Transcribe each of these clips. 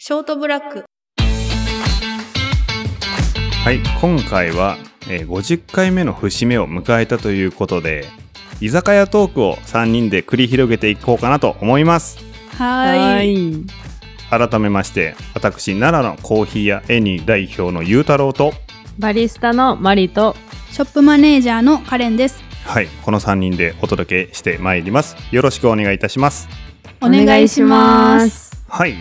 ショートブラック。はい、今回は、えー50回目の節目を迎えたということで、居酒屋トークを3人で繰り広げていこうかなと思います。はーい。い。改めまして、私、奈良のコーヒー屋エニー代表のゆうたろうと、バリスタのマリと、ショップマネージャーのカレンです。はい、この3人でお届けしてまいります。よろしくお願いいたします。お願いします。す。はい。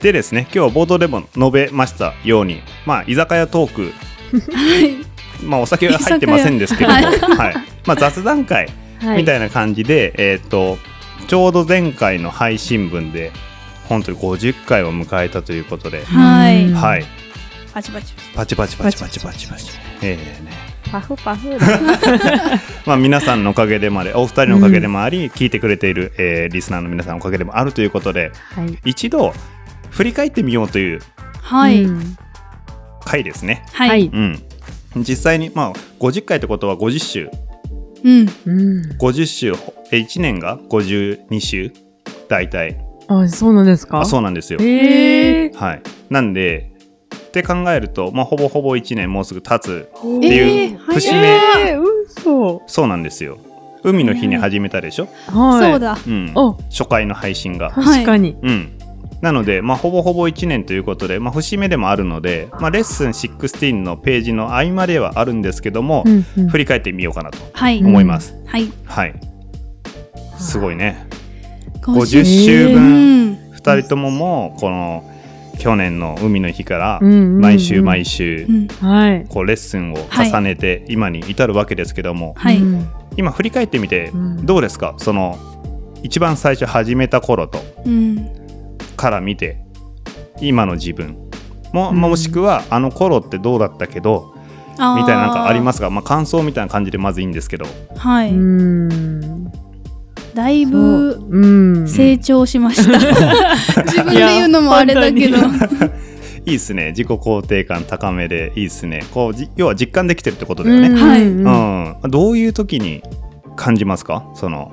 でですね、今日は冒頭でも述べましたように、まあ、居酒屋トーク、はい。まあ、お酒は入ってませんですけども、居酒はい。まあ、雑談会はみたいな感じで、えーっとちょうど前回の配信分で本当に50回を迎えたということで、はいうんはいパチパチ。パチパチパチパチパチパチええねパフパフ。まあ皆さんのおかげでもありお二人のおかげでもあり、聞いてくれている、えーリスナーの皆さんのおかげでもあるということではい。一度振り返ってみようというはい。うん回ですねは。はいい。うん実際にまあ50回ってことは50週うん。うん。 50週え1年が52週大体あ、そうなんですかあそうなんですよえーはい、なんでって考えると、まあ、ほぼほぼ1年もうすぐ経つていえーう節目、早えー、嘘。そうなんですよ海の日に始めたでしょ、はい。そう。だ。うん、お、初回の配信が、確かに。うん、なので、まあ、ほぼほぼ1年ということで、まあ、節目でもあるので、まあ、レッスン16のページの合間ではあるんですけども、うんうん振り返ってみようかなとはい。思います、はい。はいすごいね50 50週う分、ん。 2人とももうこの去年の海の日からうんうんうん毎週毎週、うん。はい。こうレッスンを重ねて今に至るわけですけども、はい。うん。今振り返ってみてうんどうですかその一番最初始めた頃とうん。から見て今の自分も,、うんもしくはあの頃ってどうだったけどみた。みたいななんかありますすが、まあ、感想みたいな感じでまずいいんですけどはうい。ん。だいそうぶうん。成長しました。 自分で言うのもあれだけどいや。本いいっすね自己肯定感高めでいいっすねこうじ要は実感できてるってことだよね、はいうんはどういう時に感じますかその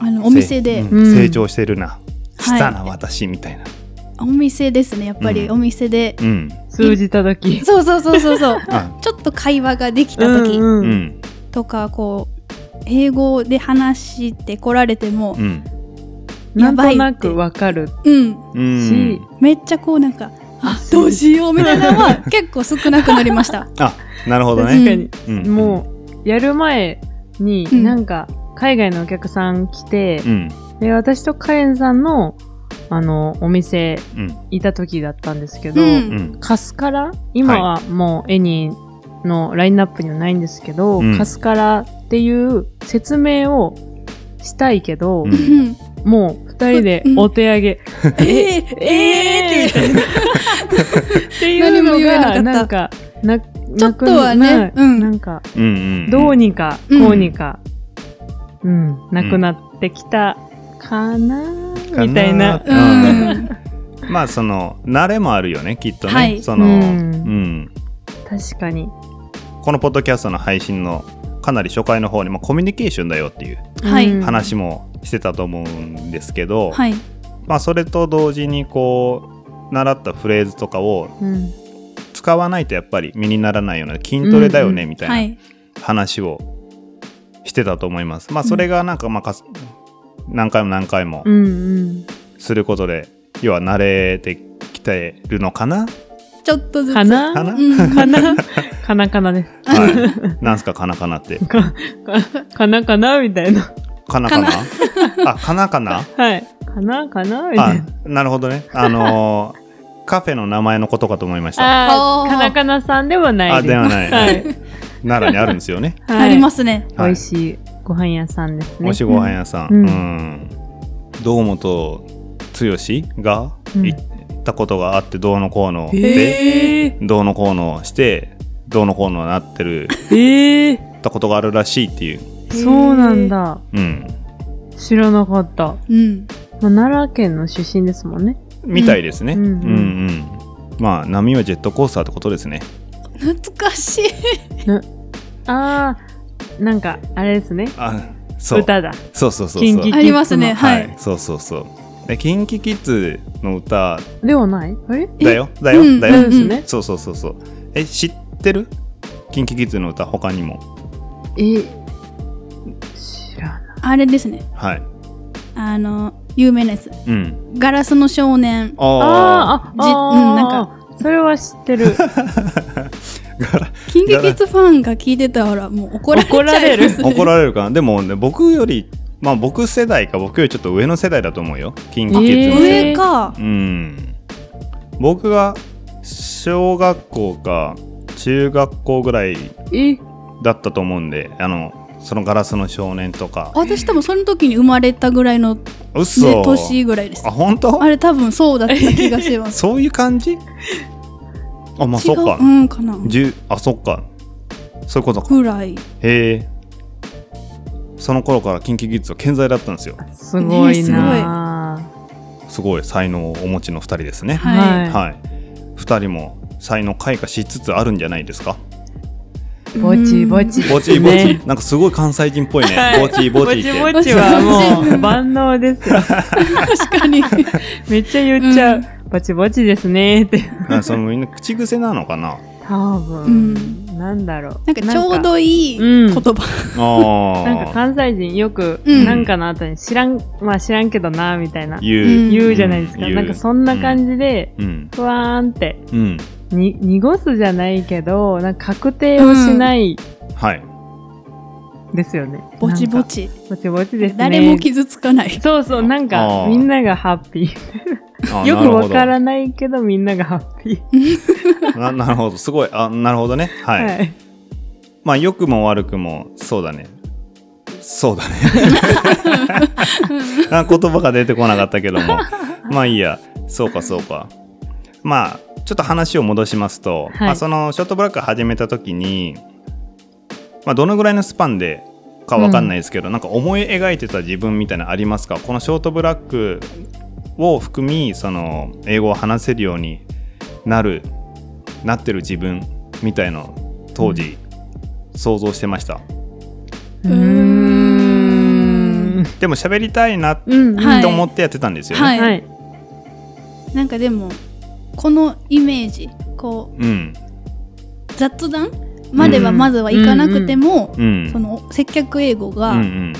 あの、お店で。せうんうん成長してるな、したなはい私みたいな、お店ですね。やっぱりうんお店で。うんい。数字ただき。そうそうそうそうそう。あちょっと会話ができた時うんううんんとか、こう、英語で話してこられてもう、んなんとやばいなってくわかる。うん、うんし、めっちゃこうなんか、あ、どうしようみたいなの は結構少なくなりました。あなるほど確ね、かに。うんもう、やる前に、うんなんか、海外のお客さん来て、うんで、私とカレンさんの、あの、お店、うんいた時だったんですけど、うんうんカスカラ今はもう、エニーのラインナップにはないんですけど、うんカスカラっていう説明をしたいけど、ううんん、もう、二人でお手上げ。 えー、えーって言って。っていうのが、何も言えななかっんか、な、ちょっとはねうんなんか、うんうんどうにか、うんこうにか、うん、なくなってきたかな、かなみたいな。ううんん。まあその慣れもあるよねきっとね、はいその、ううんん確かに。このポッドキャストの配信のかなり初回の方に、まあ、コミュニケーションだよっていうはいうん話もしてたと思うんですけど、はい。まあそれと同時にこう習ったフレーズとかをうん使わないとやっぱり身にならないような筋トレだよねうんみたいな、はい。話をしてたと思います。まあそれがなんかまあかす何回も何回もうんうん。することで、要は慣れてきてるのかな、ちょっとずつ。かな かなうん。かな かなかなです。はい。なんすかかなかなって。か、かかなかなみたいな。かなかなあ、かなか なはい。かなかなみたあいな。、なるほどね。あのーカフェの名前のことかと思いました。ああーーかなかなさんではないあ、です。ではない。はい。奈良にあるんですよ ね。はい ありますね。美はい味しいご飯屋さんですね。おしご飯屋さん。ううんん。堂本剛が行ったことがあって、どうのこうの。うんでえどうのこうのしてどうのこうのなってるー、えー、ったことがあるらしいっていう、そうなんだ。うん、知らなかった。うん。まあ、奈良県の出身ですもんね。みたいですね、う、うんんうんまあ波はジェットコースターってことですね懐かしい。 ああ、なんか、あれですね。あそう歌だ。そうそうそうそうキンキありますねいつもははいい、そうそうそうで KinKiKids の歌ではないあれだよだよ、うんだよ、うんですねそうそうそうそうえ知ってる ?KinKiKids の歌他にもえ、知らない。あれですねはいあの有名なやつうんガラスの少年あああーあ、じうんななんんか、それは知ってる。キンキキッズファンが聞いてたらもう怒られちゃ怒られいまるす怒られるかなでもね僕よりまあ僕世代か僕よりちょっと上の世代だと思うよ KinKiKids の世代えー上かうん僕が小学校か中学校ぐらい え、だったと思うんであのその「ガラスの少年」とか私多分その時に生まれたぐらいの、ね、うっそ年ぐらいですあ本当あれ多分そうだった気がしますそういう感じあま違あそっかう、うん、かなじゅあそっかそういうことかぐらいへえその頃から近畿技術は健在だったんですよすごいねなすごい才能をお持ちの2人ですねー。ごいはい、は2人も才能開花しつつあるんじゃないですかい。ぼちぼうんち。ぼちぼち、ねなんかすごい関西人っぽいねはいぼちぼぼちっちてぼちはもう万能です よ。確かにめっちゃ言っちゃう。ぼちぼちですねって。あそのみんな口癖なのかな多う分。んなんだろう。なんかちょうどいいうん言葉、あなんかあ関西人よく、うんなんかの後に知らん、まあ知らんけどな、みたいな。言う、言うじゃないですうんか。言うなんかそんな感じで、うんふわーんって、うん、に、濁すじゃないけど、なんか確定をしないはいですよね。ぼちぼち。ち、ぼちぼちですね。誰も傷つかないそうそう、なんあか、ーみんながハッピー。あよくわかなるらないけど、みんながハッピー。ほどななるほどすごいあなるほどねはい、はい。まあ良くも悪くもそうだねそう だねあ言葉が出てこなかったけど もまあいいやそうかそうかまあちょっと話を戻しますと、はいまあ、そのショートブラック始めた時に、まあ、どのぐらいのスパンでかわかんないですけど、なんか思い描いてた自分みたいなのありますかこのショートブラックを含みその英語を話せるようになるなってる自分みたいの当時、想像してましたうーんん。でも喋りたいなってうん。はい思ってやってたんですよね、はいはい。なんかでもこのイメージこうんう雑談まではまずはいかなくても、うんその接客英語うんうがん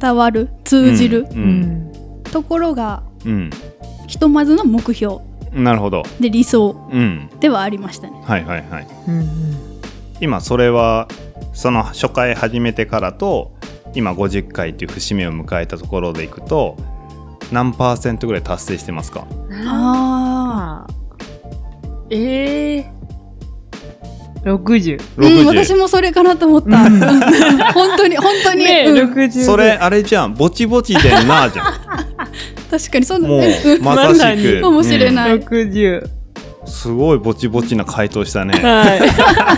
伝わる通じるう、うんん。ところがうんひとまずの目標うんなるほどで理想うんではありましたねはいはいはいうん今それはその初回始めてからと今50回という節目を迎えたところでいくと何パーセントぐらい達成してますかあまあ。ええ。ー60。うん、 60私もそれかなと思った。うん 本当に、本当に、ねうん60。それあれじゃんぼちぼちでんなじゃ ん確かにそうだもね。うままささしにくかもしれい、ない。 60。うんすごいぼちぼちな回答した ねはい。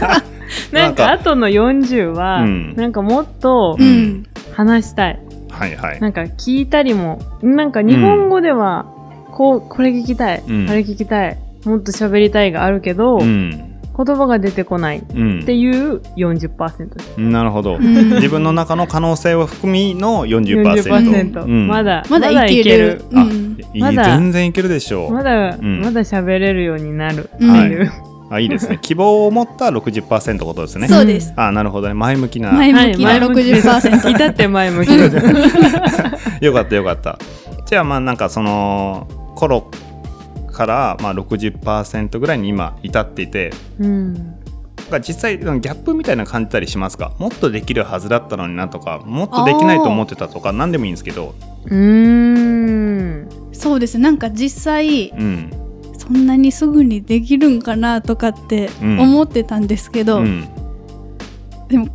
なんか、なん後の40は、うんなんかもっとううんん。話したい。はいはいなんか聞いたりも、なんか日本語では、こう、これ聞きたい、うんあれ聞きたい、もっと喋りたいがあるけど、うん言葉が出てこないっうんていう40%です。なるほど、うん自分の中の可能性を含みの40%, 40%。うんまだ、まだいける。うあん。いいまだ全然いけるでしょう、まだ、んまだ喋れるようになるってうんいう。あいいですね希望を持った60%ことですねそうです。あなるほどね前向きな前向きな前向きです60%。 いたって前向きです。よかったよかったじゃあまあなんかその頃からまあ60%ぐらいに今至っていてうん。が実際うんギャップみたいなの感じたりしますかもっとできるはずだったのになとかもっとできないと思ってたとか何でもいいんですけどうーん。そうです。なんか実際、うんそんなにすぐにできるんかなとかってうん思ってたんですけうど、んでも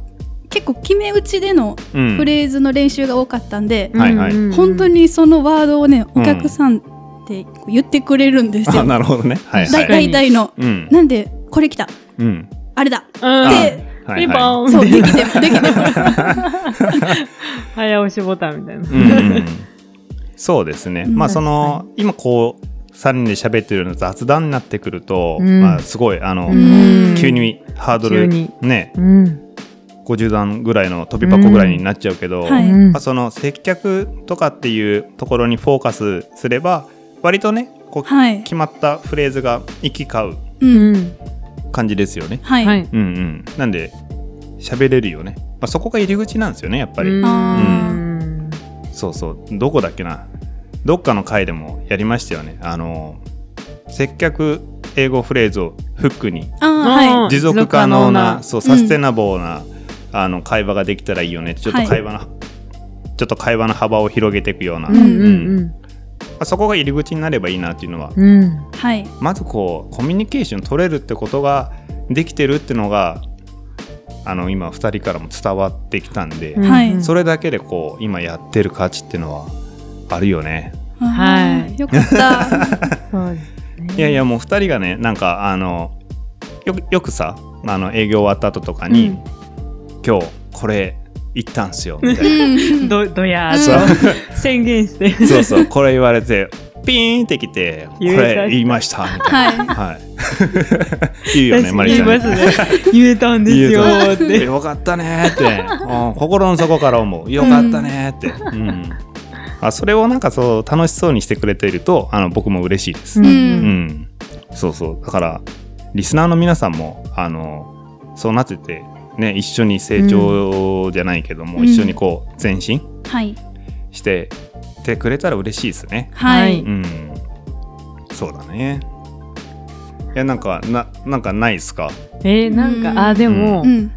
結構決め打ちでのうんフレーズの練習が多かったんで、はいはいうん本当。にそのワードをね、お客さんって言ってくれるんですあよ。なるほどねはいはだいかに大体の。うんなんで、これ来た。うんあれだ。うん。あで、はピいンポはーンそう、できても、できても。 早押しボタンみたいな。いうんうんうんそうですね、うんまあその今こう3人で喋ってるような雑談になってくると、うんまあ、すごいあの、ん急にハード急ルにねうん。 50段ぐらいの飛び箱ぐらいになっちゃうけど、うんはいうんまあ、その接客とかっていうところにフォーカスすれば割とねこう、はい。決まったフレーズが行き交ううん。うん感じですよね。はい。ははいい。うんうん、なんで喋れるよね、まあ、そこが入り口なんですよねやっぱり、うんあそうそうどこだっけなどっかの回でもやりましたよねあの接客英語フレーズをフックにあー、うんはい。持続可能な持続可能なそうサステナボーな、あの会話ができたらいいよねちょっとはい会話の、ちょっと会話の幅を広げていくような、うまんうんあそこが入り口になればいいなっていうのは、うんうんはい。まずこうコミュニケーション取れるってことができてるってのがあの今2人からも伝わってきたんで、うんはいそれだけでこう今やってる価値ってのはあるよね。はいあーよかった。そうですねいやいやもう2人がねなんかあのよくよくさあの営業終わった後とかに、うん今日これ行ったんすよみたいな。うん。どどやうんそうーっと 宣言してそうそうこれ言われてピーンってきてこ言えたれ言いましたみたいな。はい。はい、言うよねマリ言ちいゃんねま。すね言えたんですよーっえてよかったねーって、うん心の底から思うよかったねーって、うんあそれをなんかそう楽しそうにしてくれているとあの僕も嬉しいです、んうんそうそうだからリスナーの皆さんもあのそうなってて、ね、一緒に成長じゃないけども、うん一緒にこう前進はい。しててくれたら嬉しいですねははいい。うんそうだねいやなんかななんかないっすかえーなんうんかあーでもうん。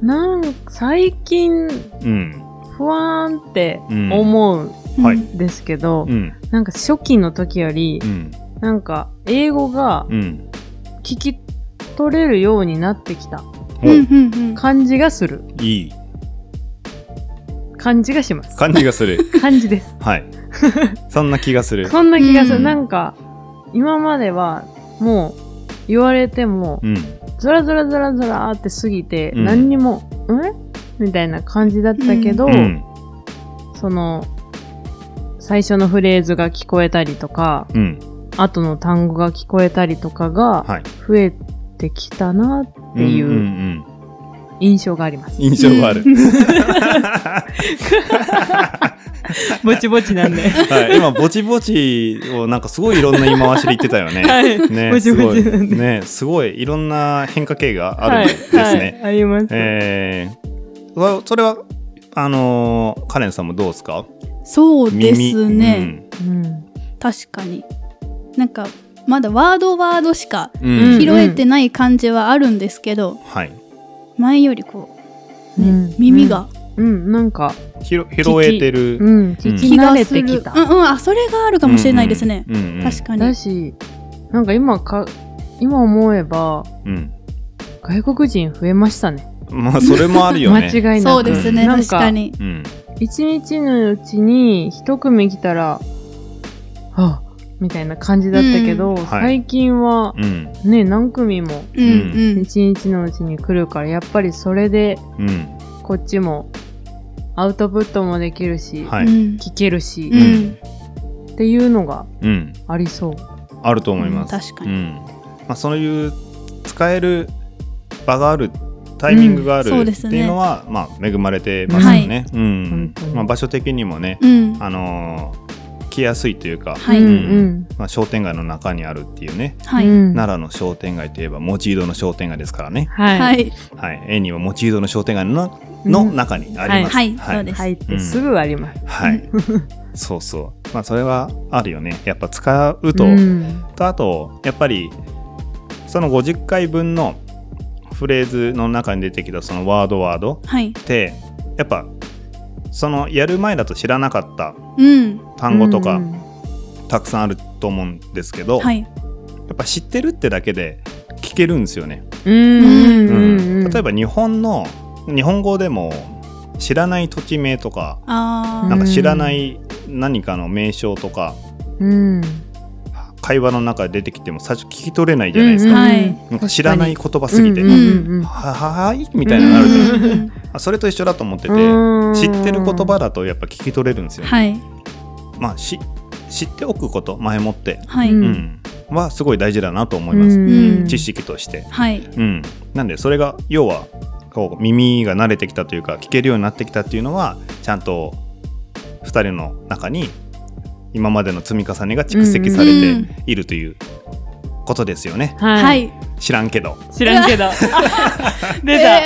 なんか最近うん不安ってうん思うはいうんんですけどうんなんか初期の時よりうんなんか英語がうん聞き取れるようになってきたうおんうんうん。感じがするいい感じがし ます感じがする 感じですはいそんな気がするそんな気がする、うんなんか今まではもう言われてもうんずらずらずらずらーって過ぎて、うん何にも「ん?」みたいな感じだったけど、うんその最初のフレーズが聞こえたりとかうん後の単語が聞こえたりとかがはい増えてきたなってんいんううん印象があります、印象がある、うんぼちぼちなんではい、今ぼちぼちをなんかすごいいろんな言い回しで言ってたよねはい、ねぼちすぼごちいなんで、ねすごいいろんな変化系があるんですね、はいはい、あります、えーわそれはあのーカレンさんもどうですかそうですね。うん確かに。なんか、まだワードワードしかうん、うんうん拾えてない感じはあるんですけど、はい前よりこう、ねうん耳がうん、なんか、ひろ拾えてる、うん、聞き気慣がれする。てきた、うんうん、あ、それがあるかもしれないですね。うんうんうん確かにだ。しなんか今か今思えばうん外国人増えましたねまあそれもあるよ ね間違いなくそうですね、なん確かに。うん一日のうちに一組来たらあみたいな感じだったけど、うんい最近はうんね何組もうんうん。一日のうちに来るからやっぱりそれでうんこっちもアウトプットもできるし、はいうん聞けるし、ううんんっていうのがうんありそう。あると思います、確かうに。んまあ、そういう使える場があるタイミングがあるうんそうっですてねいうのは、まあ、恵まれてますよね、うん本当にまあ、場所的にもね、うん。あのー来やすいというか、はい。うんまあ、商店街の中にあるっていうねはい。うん奈良の商店街といえば持ち井戸の商店街ですからね、はい、ははい、い。はい、絵には持ち井戸の商店街ののうん中にあります、はいはいそうです入ってすぐあります。 はい、そうそうまあそれはあるよねやっぱ使うと、うんとあとやっぱりその50回分のフレーズの中に出てきたそのワードワードはい。ってやっぱそのやる前だと知らなかったうん。単語とうかんたくさんあると思うんですけど、はやい。っぱ知ってるってだけで聞けるんですよね。うんううんんうんうん、例えば日本の日本語でも知らない土地名とかあなあん。か知らない何かの名称とかうん、会話の中で出てきても最初聞き取れないじゃないですか。うんはいなんか知らない言葉すぎて、うんうんうんははーいみたういんなのあるじゃないですかうんうんあそれと一緒だと思っててうん知ってる言葉だとやっぱ聞き取れるんですよ、はい。まあし知っておくこと前もって、はい。ううんん、はすごい大事だなと思います、うんうん知識として、はい。うん、なんでそれが要はこう耳が慣れてきたというか聞けるようになってきたっていうのはちゃんと2人の中に今までの積み重ねが蓄積されているということですよね、ははい。い。知らんけど知らんけど。 出た。え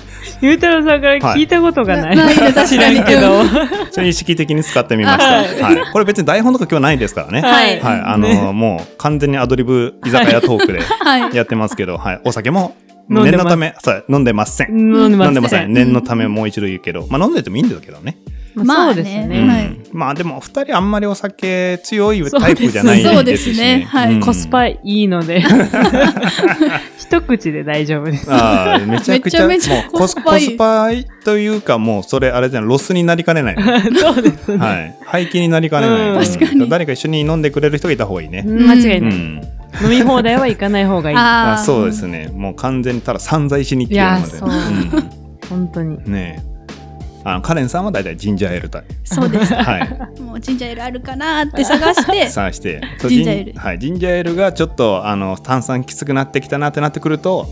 ゆうたろうさんから聞いたことがなはい。いなないね確かに知らんけど。それ意識的に使ってみました、ははいこれ別に台本とか今日ないですからね、はは いい。はいあのねもう完全にアドリブ居酒屋トークでーはい。やってますけど、はい、お酒も飲んで念のますためそう飲んでません飲んで飲んでまませせん。ん念のためもう一度言うけど、まあ、飲んでてもいいんだけどね、まあねそうですううんんね。はいまあでも2人あんまりお酒強いタイプじゃないそうでですすしそうですねはいコスパいい ので。一口で大丈夫です。あーめちゃくちゃめちゃめちゃもうコスコスパいいコスパというかもうそれあれじゃんロスになりかねない、はそうですね。い、廃棄になりかねない、うん確かに誰か一緒に飲んでくれる人がいた方がいいね、間違いうない。ん、飲み放題は行かない方がいい。あーあそうですねもう完全にただ散財しに行ってるのでいやー本当に。うんねえあのカレンさんは大体ジンジャーエール タイそうです。はもうジンジャーエールあるかなって探しいて、さあしてジンジャーエールそうはい、ジンジャーエールがちょっとあの炭酸きつくなってきたなってなってくると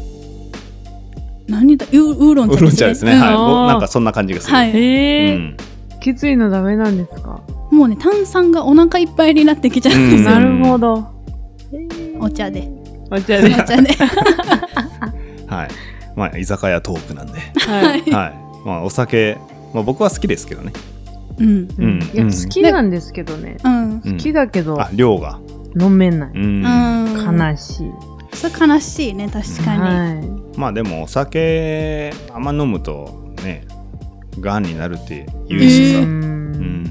何だウーウーロンウーロン茶ですね、うんはい、ぼあーなんかそんな感じがする、はうい。ええ。んきついのダメなんですかもうね炭酸がお腹いっぱいになってきちゃうんですよ。なるほど。えーお茶で。お茶お で。茶で。はいまあ居酒屋トークなんで、はい。はいまあ、お酒、まあ、僕は好きですけどねうん。うんいやうん好きなんですけどね。うん。うん好きだけどあ量が飲めなうい。んうん。悲しい。それ悲しいね確かに。はまあでもお酒あんま飲むとねがんになるって言うい。しさ、えーうん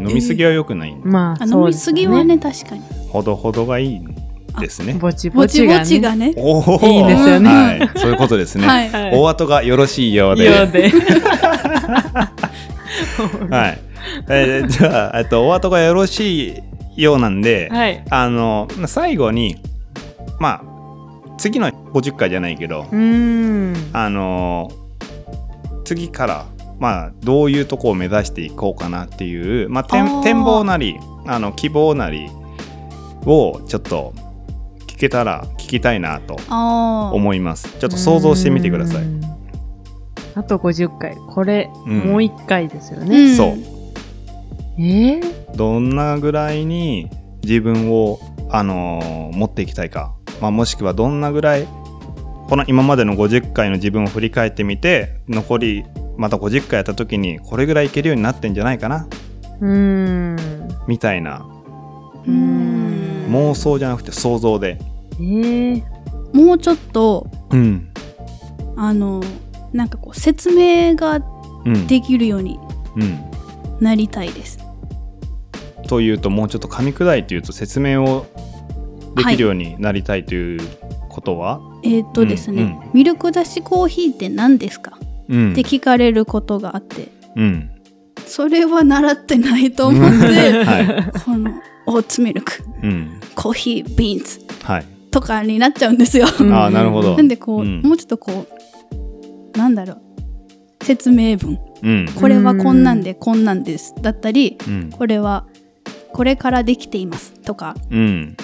ん、飲みすぎは良くないんで、まああ、飲そうみですよぎは。ね確かに。ほどほどがいいんですねぼちぼぼちちぼがちね。がね。おおいいですよねはい、そういうことですね、はい。はいお後がよろしいようでよう で。はいえーじゃあえっとお後がよろしいようなんで、はい。あの最後にまあ次の50回じゃないけどうーん。あの次からまあどういうとこを目指していこうかなっていう、まあ、てんあー展望なりあの希望なりをちょっと聞けたら聞きたいなとああ。思いますちょっと想像してみてくださういん。あと50回。これ、うんもう1回ですよね。んそうえどんなぐらいに自分をあの持っていきたいか、まあ、もしくはどんなぐらいこの今までの50回の自分を振り返ってみて残りまた50回やった時にこれぐらいいけるようになってんじゃないかなーうーん。みたいなうん。妄想じゃなくて想像で。えーもうちょっとうん。あのなんかこう説明がうん。できるようにうんなりたいです。というともうちょっと噛み砕いて言うと説明をできるようになりたいということは、えっ、とですね、うんミルクだしコーヒーって何ですか、うんって聞かれることがあってうん。それは習ってないと思 ってはい。このオーツミルクうん。コーヒービーンズはい。とかになっちゃうんですよ。うんあーなるほどなんでこう、うんもうちょっとこうなんだろう説明文うん。これはこんなんでこんなんですだったりうん。これはこれからできていますとかうん。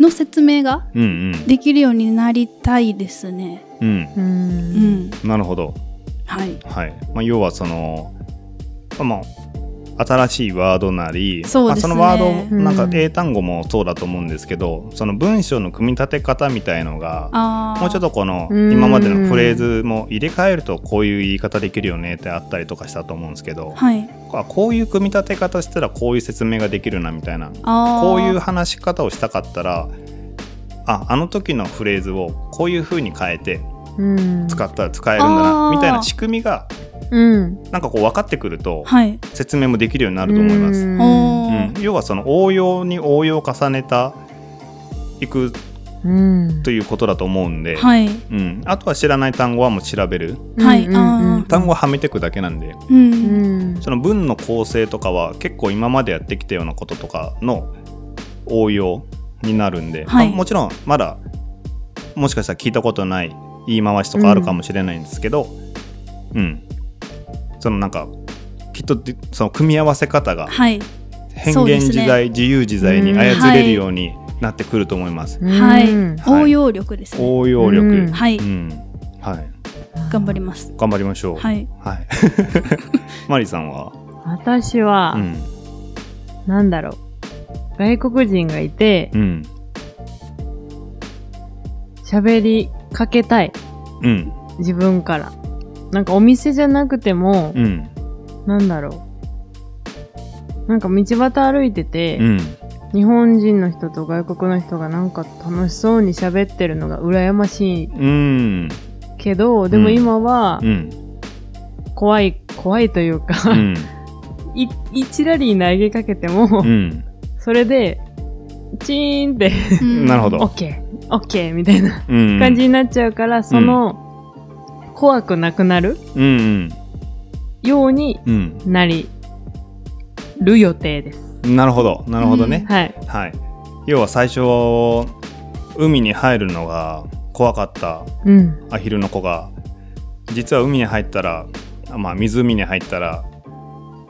の説明がうん。うん。できるようになりたいですね。うん。うー。うんん、なるほど。はい。はい。まあ、要はその、まあ、新しいワードなりそうですねまあ、そのワードなんかうん英単語もそうだと思うんですけど、その文章の組み立て方みたいのがああ。もうちょっとこのうん今までのフレーズも入れ替えるとこういう言い方できるよねってあったりとかしたと思うんですけどはい。あこういう組み立て方したらこういう説明ができるなみたいなああ。こういう話し方をしたかったらああの時のフレーズをこういう風に変えてうん。使ったら使えるんだあなーみたいな仕組みがうん。なんかこう分かってくるとはい。説明もできるようにあなると思います。おうーん、要はその応用に応用を重ねたいくうん。ということだと思うんで、はい。うん、あとは知らない単語はもう調べるはいうんあー単語はめてくだけなんでう。うんん。その文の構成とかは結構今までやってきたようなこととかの応用になるんで、はいまあもちろんまだもしかしたら聞いたことない言い回しとかあるかもしれないんですけど、うんそのなんかきっとでその組み合わせ方がはい。変そう幻ですね自在、自由自在に操れるようになってくると思います。うんはいうん応用力ですね。応用力、うんはい。うんはい頑張ります。頑張りましょう。ははい。い。マリさんは、私はう、ん、なんだろう。外国人がいて、うん、喋りかけたい。うん、自分から。なんかお店じゃなくても、うん、なんだろう。なんか道端歩いてて、うん、日本人の人と外国の人がなんか楽しそうに喋ってるのが羨ましいうん、けど、でも今はうん、怖い、怖いというか、 うん、い、一ラリー投げかけても、うん、それで、チーンって、うんなるほどオッケー、オッケーみたいなうん、感じになっちゃうから、その、怖くなくなるうん、ようにうん、なり、る予定です。うん、なるほど、なるほどね。はい。はい。要は最初、海に入るのが怖かったうん。アヒルの子が、実は海に入ったら、あまあ湖に入ったら、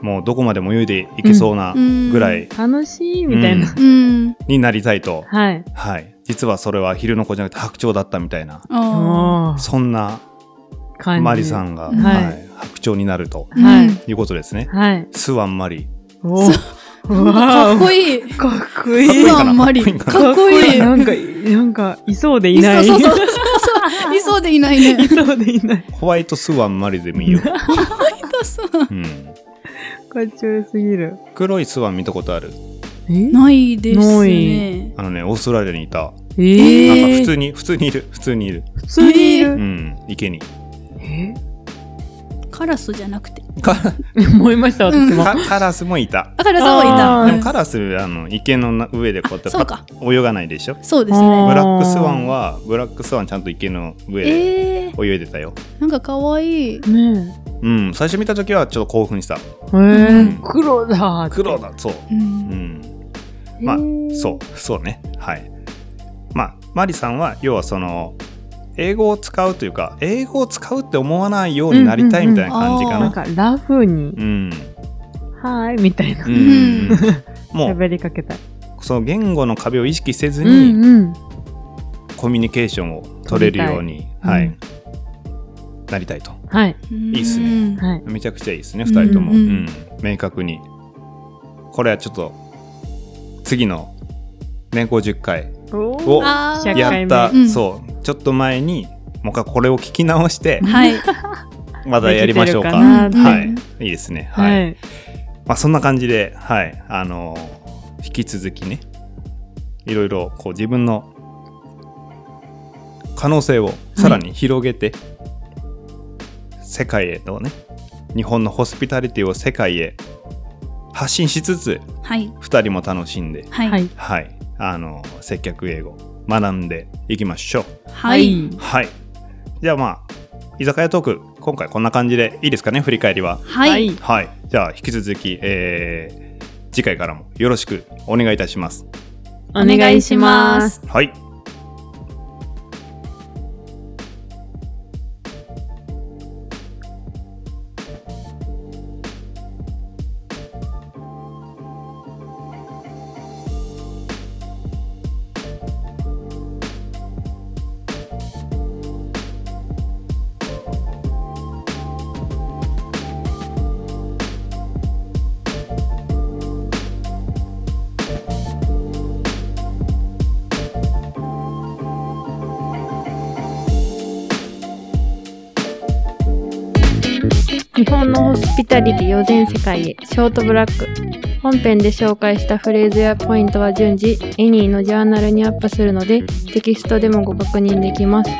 もうどこまでも泳いでいけそうなうんぐらい楽しいみたいな。ううん。になりたいと、はい。はい。実はそれはアヒルの子じゃなくて白鳥だったみたいな、あおーそんな感じ。マリさ。んが、はいはい、白鳥になるとあ。はいうんいうことですね。はい。スワンマリ。おーなんかかっこいいい。い。かっこいいスいい。かなワンマリ。かっこいい。なんか、なんか、いそうでいいそなうい。そうそうそう。いそうでいないね。そうで いない。ホワイトスワンマリでもいいよ。 うん、かっちょよすぎる。黒いスワン見たことある。えないですないね。あのね、オーストラリアにいた。ええなんーか普通に、普通にいる。普通にいる。普通にいうんる。、池に。えカラスじゃなくて。か思いました、私も。カカラスもいた。あカラスもいあた。ーでうもんカラス、あの、池のな上でこうやってあそうかパッ泳がないでしょ。そうですね。あーブラックスワンは、ブラックスワンちゃんと池の上でえー、泳いでたよ。なんかかわいい。ねうん、最初見た時はちょっと興奮した。え。えうんー、黒だ。黒だ、そう。う。うんん、まあえーそう、そうね。はい。まあ、マリさんは、要はその、英語を使うというか、英語を使うって思わないようになりたいみたいな感じかうんなんな。か、ラフに、うん。はーい、みたいなう。ん。もう、喋りかけたい。 その言語の壁を意識せずうに、んうん。コミュニケーションを取れるように、たいはいうんなりたいと。はい。いいっすねはい。めちゃくちゃいいですね、うん2人とも。ううんん明確に。これはちょっと、次の年功10回おをーあ100ー回やった、目うんそうちょっと前にもう一回これを聞き直してはい。またやりましょうかできてるかなってはいいいですねはい、はい。まあそんな感じではいあのー引き続きねいろいろこう自分の可能性をさらに広げて、世界へのね日本のホスピタリティを世界へ発信しつつはい。 2人も楽しんでは。はいい。はいあのー接客英語学んでいきましょうはい。。はい。じゃあまあ、居酒屋トーク、今回こんな感じでいいですかね、振り返りは。はい。。はい。じゃあ、引き続き、えー次回からもよろしくお願いいたします。お願いします。。はい。日本のホスピタリティを全世界へショートブラック本編で紹介したフレーズやポイントは順次エニーのジャーナルにアップするのでテキストでもご確認できます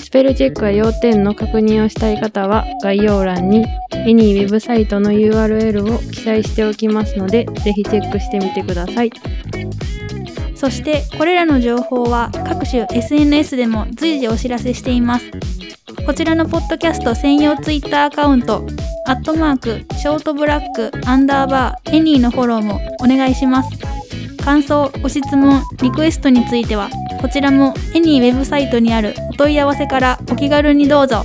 スペルチェックや要点の確認をしたい方は概要欄にエニーウェブサイトの URL を記載しておきますのでぜひチェックしてみてくださいそしてこれらの情報は各種 SNS でも随時お知らせしていますこちらのポッドキャスト専用ツイッターアカウントアットマークショートブラックアンダーバーエニーのフォローもお願いします感想ご質問リクエストについてはこちらもエニーウェブサイトにあるお問い合わせからお気軽にどうぞ